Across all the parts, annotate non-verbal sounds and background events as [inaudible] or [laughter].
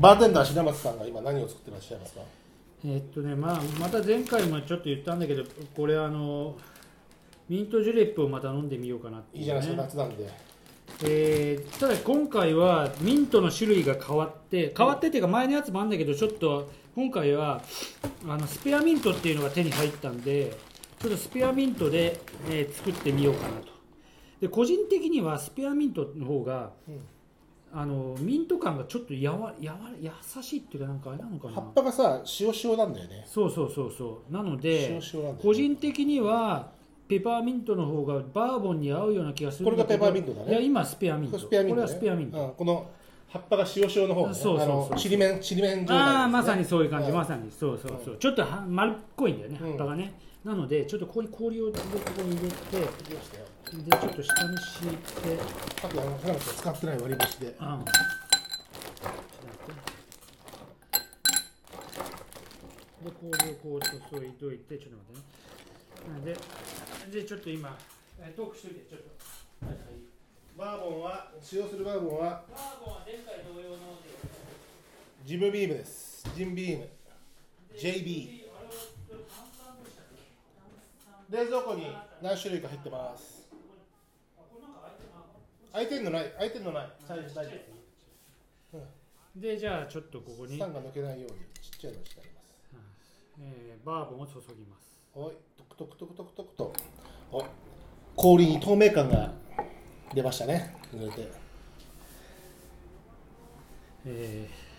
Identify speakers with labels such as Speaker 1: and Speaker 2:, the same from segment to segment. Speaker 1: バーテンダー白松さんが今何を作ってらっしゃいますか
Speaker 2: えっとね、まあ、また前回もちょっと言ったんだけど、これあの、ミントジュレップをまた飲んでみようかなって
Speaker 1: い
Speaker 2: い、
Speaker 1: いうじゃないですか夏
Speaker 2: ね
Speaker 1: なんで
Speaker 2: えーただ今回はミントの種類が変わって、変わってっていうか前のやつもあるんだけど、ちょっと今回はあのスペアミントっていうのが手に入ったんで、ちょっとスペアミントで、えー作ってみようかなと。で個人的にはスペアミントの方が、
Speaker 1: うん
Speaker 2: あのミント感がちょっとやわやわ優しいっていうかなんかあれなのか
Speaker 1: 葉
Speaker 2: な
Speaker 1: っぱがさ塩塩なんだよね
Speaker 2: そうそうそうそうなの
Speaker 1: 塩
Speaker 2: で
Speaker 1: 塩なんだよね
Speaker 2: 個人的にはペパーミントの方がバーボンに合うような気がするんだけど
Speaker 1: これがペパーミントだね
Speaker 2: いや今スペアミン
Speaker 1: こ
Speaker 2: ト
Speaker 1: れスペアミン
Speaker 2: これ
Speaker 1: ト
Speaker 2: は
Speaker 1: ね
Speaker 2: スペアミント、
Speaker 1: うんこの葉っぱが塩塩の方ね
Speaker 2: そうそうそう
Speaker 1: あのちりめんちりめん状態ですね
Speaker 2: ああまさにそういう感じ、
Speaker 1: うん
Speaker 2: まさにそうそうそう、ちょっとは丸っこいんだよね
Speaker 1: うん
Speaker 2: 葉っぱがね、なのでちょっとここに氷をここに入れて
Speaker 1: できましたよ
Speaker 2: でちょっと下に敷いて
Speaker 1: さっきあの花松使ってない割り箸で
Speaker 2: あんで氷をこう注いどいてちょっと待ってねででちょっと今えトークしといてちょっとはいはい
Speaker 1: バーボンは使用するバーボンは
Speaker 2: バーボンは前回同様の
Speaker 1: ジムビームですジムビーム JB 冷蔵庫に何種類か入ってます開いてんのない開いてんのない大丈夫大丈
Speaker 2: でじゃあちょっとここ
Speaker 1: 夫
Speaker 2: に、
Speaker 1: 酸が抜けないようにちっちゃいのにしてあります
Speaker 2: えーバーボンを注ぎます
Speaker 1: おいトクトクトクトクトクとお氷に透明感が出ましたね濡れて
Speaker 2: えー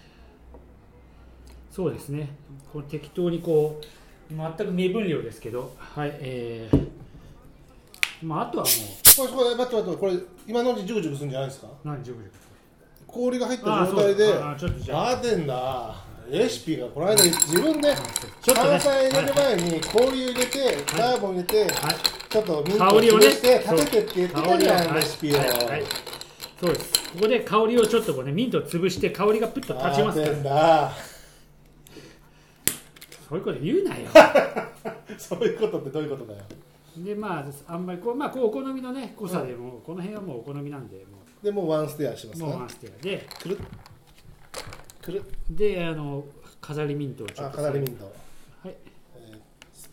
Speaker 2: そうですねこう適当にこう全く目分量ですけどはいえーまああとはも
Speaker 1: これこれ待って待ってこれ今のうちジュクジュクするんじゃないですか
Speaker 2: う何十分
Speaker 1: 氷が入った
Speaker 2: あー
Speaker 1: 状態で
Speaker 2: そうだあーちょっとじゃあ
Speaker 1: バーテンダーレシピがこの間自分で
Speaker 2: ちょっとね
Speaker 1: 炭酸入れる前に氷入れて、バーボン入れて、
Speaker 2: はい
Speaker 1: ちょっとミント
Speaker 2: 香り
Speaker 1: 潰
Speaker 2: をね
Speaker 1: して立ててって言ってたじゃんレシピを、
Speaker 2: はいはいはいそうですここで香りをちょっとこうねミントを潰して香りがプッと
Speaker 1: バ
Speaker 2: 立ちます
Speaker 1: ー
Speaker 2: か
Speaker 1: テ
Speaker 2: ら
Speaker 1: ンダー
Speaker 2: そういうこと言うな
Speaker 1: [laughs]
Speaker 2: よ
Speaker 1: [laughs] そういうことってどういうことだよ
Speaker 2: でまああんまりこう,、まあ、こうお好みのね濃さでもうこの辺はもうお好みなんでも
Speaker 1: でもうワンステアしま
Speaker 2: う
Speaker 1: す
Speaker 2: もうワ
Speaker 1: か
Speaker 2: ンステアで
Speaker 1: くるっくるっ
Speaker 2: であの飾りミントをちょ
Speaker 1: あ
Speaker 2: っと
Speaker 1: 飾りミント
Speaker 2: はい
Speaker 1: え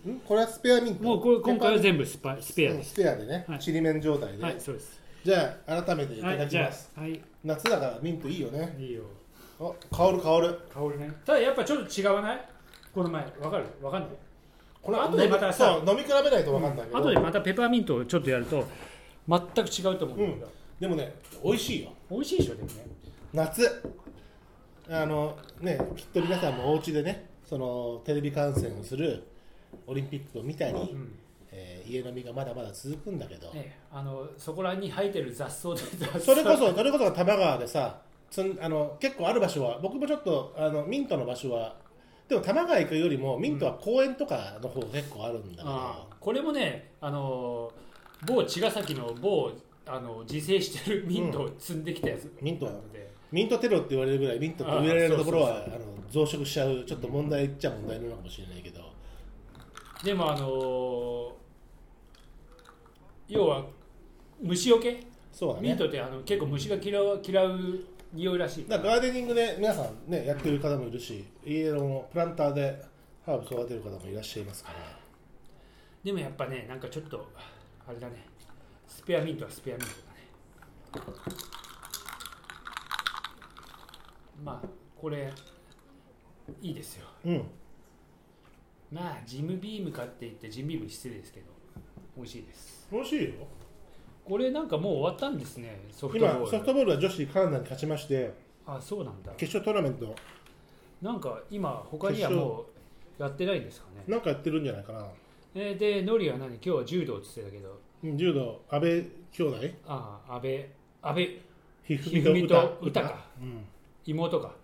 Speaker 1: ーんこれはスペアミント
Speaker 2: もうこれ今回は
Speaker 1: ペ
Speaker 2: 全部スパスペア
Speaker 1: アミントうん
Speaker 2: です、
Speaker 1: スペアでね、
Speaker 2: はい
Speaker 1: ちりめん状態で、
Speaker 2: はいそうです
Speaker 1: じゃあ改めていた
Speaker 2: は
Speaker 1: だ
Speaker 2: い
Speaker 1: き
Speaker 2: じ
Speaker 1: ま
Speaker 2: ゃ
Speaker 1: す、
Speaker 2: あはい
Speaker 1: 夏だからミントいいよね
Speaker 2: いいよ
Speaker 1: お香る香る
Speaker 2: 香りねただやっぱちょっと違わないこの前わかるわかんない
Speaker 1: これ
Speaker 2: 後でまたさ
Speaker 1: そう飲み比べないと分かんないけど、
Speaker 2: 後でまたペパーミントをちょっとやると全く違うと思うんだけど、
Speaker 1: でもね美味しいよ
Speaker 2: 美味しいでしょでもね
Speaker 1: 夏あのねきっと皆さんもお家でねそのテレビ観戦をするオリンピックを見たり、
Speaker 2: うん
Speaker 1: えー家飲みがまだまだ続くんだけど、
Speaker 2: ねあのそこらに生えてる雑草で雑草
Speaker 1: それこ
Speaker 2: [laughs]
Speaker 1: そそれこそ多摩川でさつんあの結構ある場所は僕もちょっとあのミントの場所はでも多摩川行くよりもミントは公園とかの方が結構あるんだけど、
Speaker 2: ああこれもねあの某茅ヶ崎の某あの自生してるミントを積んできたやつ、
Speaker 1: ミントは
Speaker 2: なので
Speaker 1: ミントテロって言われるぐらいミントって植えられる
Speaker 2: あそ
Speaker 1: と
Speaker 2: うそ
Speaker 1: こ
Speaker 2: う
Speaker 1: ろはあの増殖しちゃうちょっと問題っちゃ問題なのかもしれないけど、
Speaker 2: でもあの要は虫よけ、
Speaker 1: そうだ
Speaker 2: ミン
Speaker 1: ね
Speaker 2: トってあの結構虫が嫌う嫌う匂いらしいか
Speaker 1: だ
Speaker 2: ら
Speaker 1: からガーデニングで皆さんねやってる方もいるし家のプランターでハーブ育てる方もいらっしゃいますから
Speaker 2: でもやっぱねなんかちょっとあれだねスペアミントはスペアミントだねまあこれいいですよ
Speaker 1: うん
Speaker 2: まあジムビーム買って言ってジムビーム失礼ですけど美味しいです
Speaker 1: 美味しいよ
Speaker 2: これなんかもう終わったんですねソフトボ
Speaker 1: 今ソ
Speaker 2: ー
Speaker 1: フ
Speaker 2: ル
Speaker 1: トボールは女子カナダに勝ちまして
Speaker 2: あそうなんだ
Speaker 1: 決勝トーナメント
Speaker 2: なんか今他にはもうやってないんですかね、
Speaker 1: なんかやってるんじゃないかな
Speaker 2: えーでノリは何今日は柔道って言ってたけど
Speaker 1: うん柔道阿部兄弟
Speaker 2: ああ安倍安倍
Speaker 1: ひ
Speaker 2: 一二三と
Speaker 1: 詩
Speaker 2: 歌か
Speaker 1: うん
Speaker 2: 妹か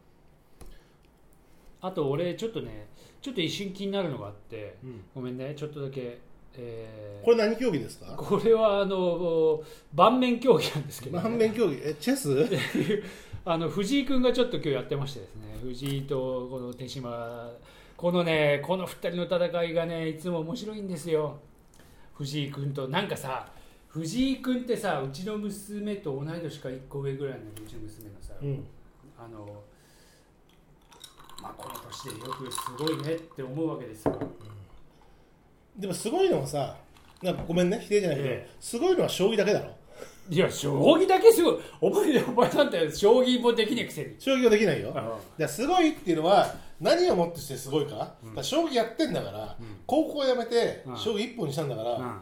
Speaker 2: あと俺ちょっとねちょっと一瞬気になるのがあって
Speaker 1: うん
Speaker 2: ごめんねちょっとだけ、えー
Speaker 1: これ何競技ですか
Speaker 2: これはあの盤面競技なんですけどね、
Speaker 1: 満面競技えチェス
Speaker 2: [laughs] あの藤井君がちょっと今日やってましてですね藤井とこの手島このねこの2人の戦いがねいつも面白いんですよ藤井君となんかさ藤井君ってさうちの娘と同い年か1個上ぐらいのうちの娘のさ、
Speaker 1: うん
Speaker 2: あのまあ、この年でよくすごいねって思うわけですよ。
Speaker 1: でもすごいのはさなんかごめんね否定じゃないけど、
Speaker 2: え
Speaker 1: すごいのは将棋だけだろ
Speaker 2: いや、将棋だけすごい。お前、お前なんて将棋もできねえくせに。
Speaker 1: 将棋はできないよだか
Speaker 2: あ
Speaker 1: らすごいっていうのは何をもってしてすごいか,、将棋やってんだから、高校辞めて
Speaker 2: うん
Speaker 1: 将棋一本にしたんだから、
Speaker 2: あ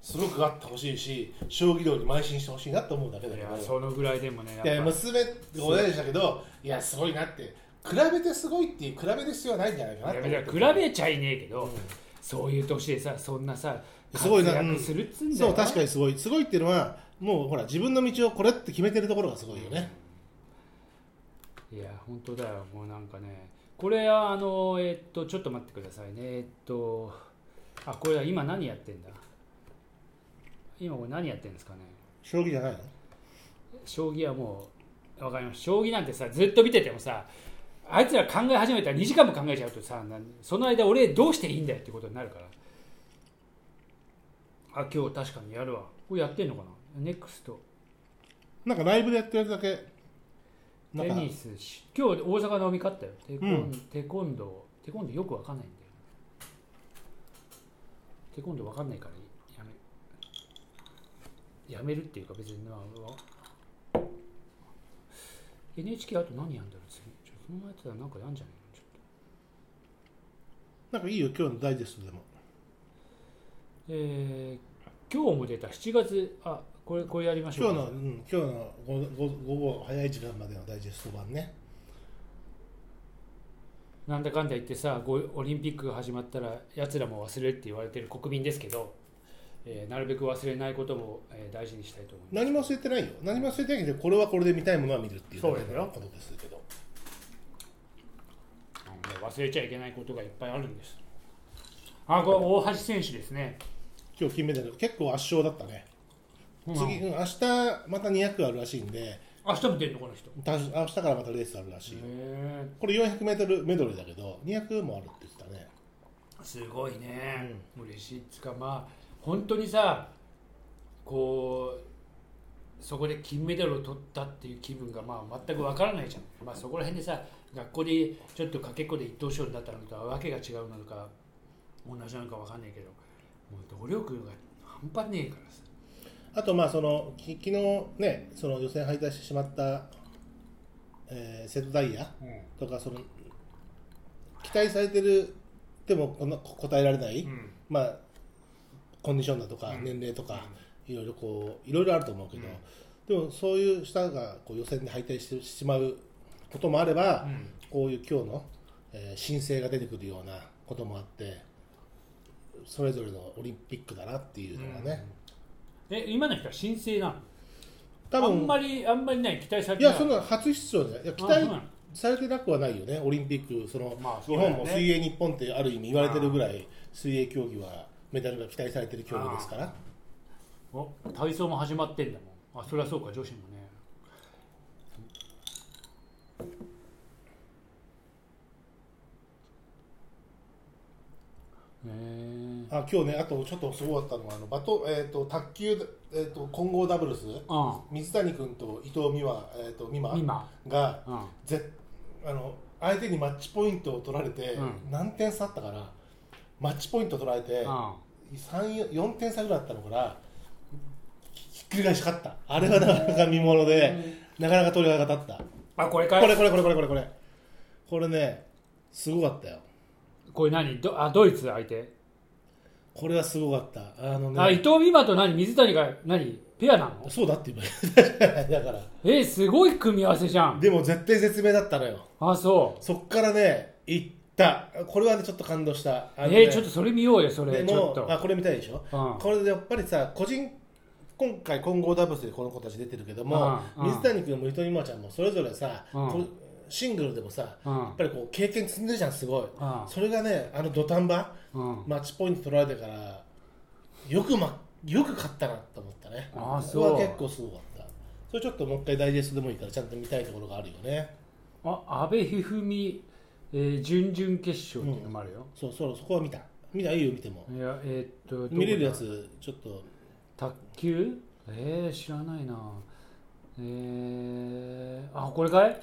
Speaker 1: すごくあってほしいし将棋道に邁進してほしいなと思うだけ
Speaker 2: うん、
Speaker 1: だ
Speaker 2: い
Speaker 1: け
Speaker 2: や
Speaker 1: ど、
Speaker 2: そのぐらいでもね、
Speaker 1: いや
Speaker 2: っぱ
Speaker 1: 娘って親でしたけどいやすごいなって比べてすごいっていう比べる必要はないんじゃないかなっ
Speaker 2: い
Speaker 1: て
Speaker 2: や
Speaker 1: 思
Speaker 2: い
Speaker 1: っ
Speaker 2: や
Speaker 1: て
Speaker 2: 比べちゃいねえけど、そういう年でさ、そんなさ、
Speaker 1: すごいな
Speaker 2: 活
Speaker 1: う
Speaker 2: 躍
Speaker 1: ん
Speaker 2: するっつうんだよ
Speaker 1: そう確か
Speaker 2: に。
Speaker 1: にすごいすごいっていうのはもうほら自分の道をこれって決めてるところがすごいよね、
Speaker 2: いや、本当だよ、もうなんかね、これは、あの、えっと、ちょっと待ってくださいね、えっと、あ、これは今何やってんだ今これ何やってんですかね。
Speaker 1: 将棋じゃないの
Speaker 2: 将棋はもうわかります将棋なんてさずっと見ててもさあいつら考え始めたら2時間も考えちゃうとさなんその間俺どうしていいんだよってことになるからあ今日確かにやるわこれやってんのかなネクスト
Speaker 1: なんかライブでやってるやつだけなん
Speaker 2: テ
Speaker 1: か
Speaker 2: ニスし今日大阪のみ勝ったよテコン、
Speaker 1: うん
Speaker 2: テコンドーテコンドーよくわかんないんだよテコンドーわかんないからやめやめるっていうか別にな俺は NHK あと何やんだろう次ちょそのやつはなんかやんじゃねえのちょっと
Speaker 1: なんかいいよ今日のダイジェストでも
Speaker 2: えー今日も出た7月あこれこれやりましょ
Speaker 1: 今日の、
Speaker 2: う
Speaker 1: うん、今日のごご午後早い時間までのダイジェスト版ね
Speaker 2: なんだかんだ言ってさごオリンピックが始まったらやつらも忘れるって言われてる国民ですけど、えーなるべく忘れないことも、えー大事にしたいと思います
Speaker 1: 何も忘れてないよ何も忘れてないけどこれはこれで見たいものは見るっていう
Speaker 2: そうですよ
Speaker 1: だけのことですけど
Speaker 2: あのね忘れちゃいけないことがいっぱいあるんですあこれ大橋選手ですね、
Speaker 1: 今日金メダル結構圧勝だったね、次、うん、明日また200あるらしいんで
Speaker 2: 明日も出るのこの人へ
Speaker 1: た明日からまたレースあるらしい、
Speaker 2: え
Speaker 1: これ 400m メドレーだけど200もあるって言ってたね
Speaker 2: すごいね、嬉しいっつうかまあ本当にさこうそこで金メダルを取ったっていう気分がまあ全くわからないじゃん、まあ、そこら辺でさ学校でちょっとかけっこで一等賞になったのとはわけが違うのか同じなのかわかんないけどもう努力が半端ねえからさ
Speaker 1: あとまあそのき昨日ねその予選敗退してしまった、えー瀬戸大也とかその期待されてるでもこの答えられない、
Speaker 2: うん
Speaker 1: まあコンディションだとか
Speaker 2: うん
Speaker 1: 年齢とか、いろいろこういろいろあると思うけど、でもそういう下がこう予選で敗退してしまうこともあれば、
Speaker 2: うん
Speaker 1: こういう今日の、えー申請が出てくるようなこともあってそれぞれのオリンピックだなっていうのがね、
Speaker 2: え今の人は新生なの
Speaker 1: 多
Speaker 2: あんま
Speaker 1: 分
Speaker 2: りあんまりない期待され
Speaker 1: い
Speaker 2: てない
Speaker 1: やそんな初出場じゃないいや期
Speaker 2: あそう
Speaker 1: 待
Speaker 2: なの
Speaker 1: されてなくはないよねオリンピックその、
Speaker 2: まあそ
Speaker 1: 日
Speaker 2: うだよ
Speaker 1: 本
Speaker 2: ね
Speaker 1: も水泳日本ってある意味言われてるぐらい水泳競技はメダルが期待されてる競技ですから
Speaker 2: お体操も始まってんだもんあそりゃそうか女子もねへえ
Speaker 1: あ今日ねあとちょっとすごかったのはあのバト、えー、と卓球、えー、と混合ダブルス
Speaker 2: あ
Speaker 1: 水谷君と伊藤美和、えー、と美
Speaker 2: あ
Speaker 1: 誠
Speaker 2: 今
Speaker 1: が
Speaker 2: うん
Speaker 1: ぜあの相手にマッチポイントを取られて、
Speaker 2: うん
Speaker 1: 何点差あったかなマッチポイント取られて
Speaker 2: あ
Speaker 1: 3 4点差ぐらいあったのからひっくり返し勝ったあれはなかなか見もので、なかなか取り上がかった
Speaker 2: あこれかい
Speaker 1: これこれこれこれこれこれこれねすごかったよ
Speaker 2: これ何どあドイツ相手、
Speaker 1: これはすごかったあの
Speaker 2: あ伊
Speaker 1: ね
Speaker 2: 藤美誠と何水谷が何ペアなの
Speaker 1: そうだって言えばいい [laughs] だから
Speaker 2: えー、すごい組み合わせじゃん
Speaker 1: でも絶対説明だったのよ
Speaker 2: あそう
Speaker 1: そっからね行ったこれはねちょっと感動したあ
Speaker 2: え
Speaker 1: のね
Speaker 2: ー、ちょっとそれ見ようよそ
Speaker 1: で
Speaker 2: れちょっ
Speaker 1: も
Speaker 2: と
Speaker 1: あこれ見たいでしょ、
Speaker 2: うん
Speaker 1: これでやっぱりさ個人今回混合ダブルスでこの子たち出てるけども、
Speaker 2: うんうん
Speaker 1: 水谷君も伊藤美誠ちゃんもそれぞれさ、
Speaker 2: うん
Speaker 1: こシングルでもさ、
Speaker 2: うん
Speaker 1: やっぱりこう経験積んでるじゃんすごい、
Speaker 2: うん
Speaker 1: それがねあの土壇場
Speaker 2: うん
Speaker 1: マッチポイント取られてからよく,、ま、よく勝ったなと思ったね
Speaker 2: あー
Speaker 1: ここは
Speaker 2: そう
Speaker 1: 結構すごかったそれちょっともう一回ダイジェストでもいいからちゃんと見たいところがあるよね
Speaker 2: あ阿部一二三、えー、準々決勝っていうのもあるよ、
Speaker 1: そうそうそこは見た見たいいよ見ても
Speaker 2: いやえーっとどこだ
Speaker 1: 見れるやつちょっと
Speaker 2: 卓球えー、知らないなえー、あこれかい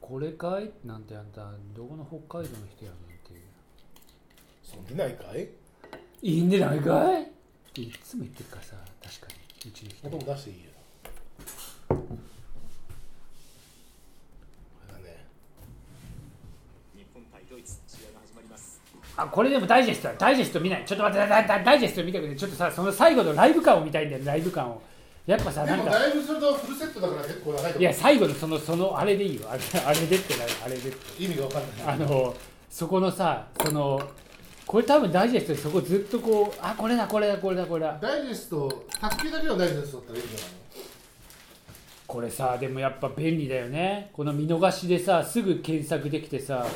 Speaker 2: これかいなんてあんたどこの北海道の人やねんって
Speaker 1: そんでないかい
Speaker 2: いいんでないかいっていつも言ってるからさ確かにうちの人
Speaker 1: 音も出していいよこれがね
Speaker 3: 日本対ドイツ試合が始まります
Speaker 2: あこれでもダイジェストだダイジェスト見ないちょっと待ってダイダイダイジェスト見たくてちょっとさその最後のライブ感を見たいんだよライブ感をやっぱさ
Speaker 1: で
Speaker 2: なん
Speaker 1: も
Speaker 2: か
Speaker 1: だいぶそれとフルセットだから結構長いと
Speaker 2: い
Speaker 1: 思
Speaker 2: や最後のそのそのあれでいいよあれ [laughs] あれでってなるあれでって
Speaker 1: う意味が分かんない
Speaker 2: あのそこのさそのこれ多分ダイジェストでそこずっとこうあこれだこれだこれだこれだ
Speaker 1: ダイジェスト卓球だけのダイジェストだったらいいんじゃないの
Speaker 2: これさでもやっぱ便利だよねこの見逃しでさすぐ検索できてさ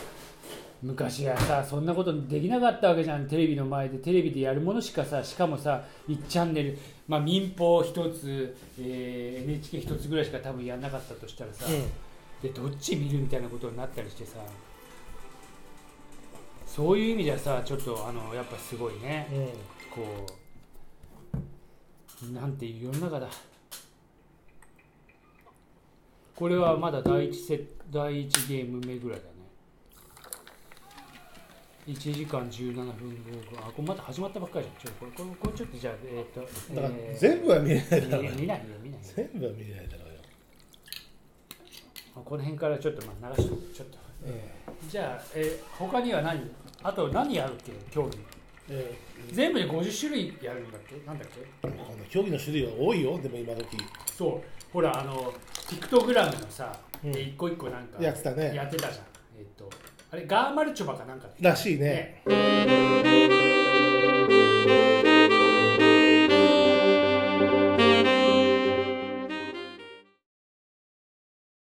Speaker 2: 昔はさそんなことできなかったわけじゃんテレビの前でテレビでやるものしかさしかもさ1チャンネル、まあ、民放1つ、えー NHK 1つぐらいしか多分やんなかったとしたらさ、でどっち見るみたいなことになったりしてさそういう意味ではさちょっとあのやっぱすごいね、
Speaker 1: うん
Speaker 2: こうなんていう世の中だこれはまだ第一セット第一ゲーム目ぐらいだね1時間17分後あこれまだ始まったばっかりじゃんちょこれこれこれちょっとじゃあえーっ、と
Speaker 1: だから
Speaker 2: えー
Speaker 1: 全部は見れないだろう
Speaker 2: 見
Speaker 1: よ
Speaker 2: ない見ない見ない
Speaker 1: 全部は見れないだろうよ
Speaker 2: この辺からちょっとまあ流しておくちょっとじゃあ、えー他には何あと何やるっけ競技
Speaker 1: え
Speaker 2: 全部で50種類やるんだっけなんだっけ
Speaker 1: えこの競技の種類は多いよでも今時
Speaker 2: そうほらあのピクトグラムのさ、
Speaker 1: うん
Speaker 2: で一個一個なんか
Speaker 1: やってたね
Speaker 2: やってたじゃんえっ、とあれガーマルチョバかなんから
Speaker 1: しいね
Speaker 2: ね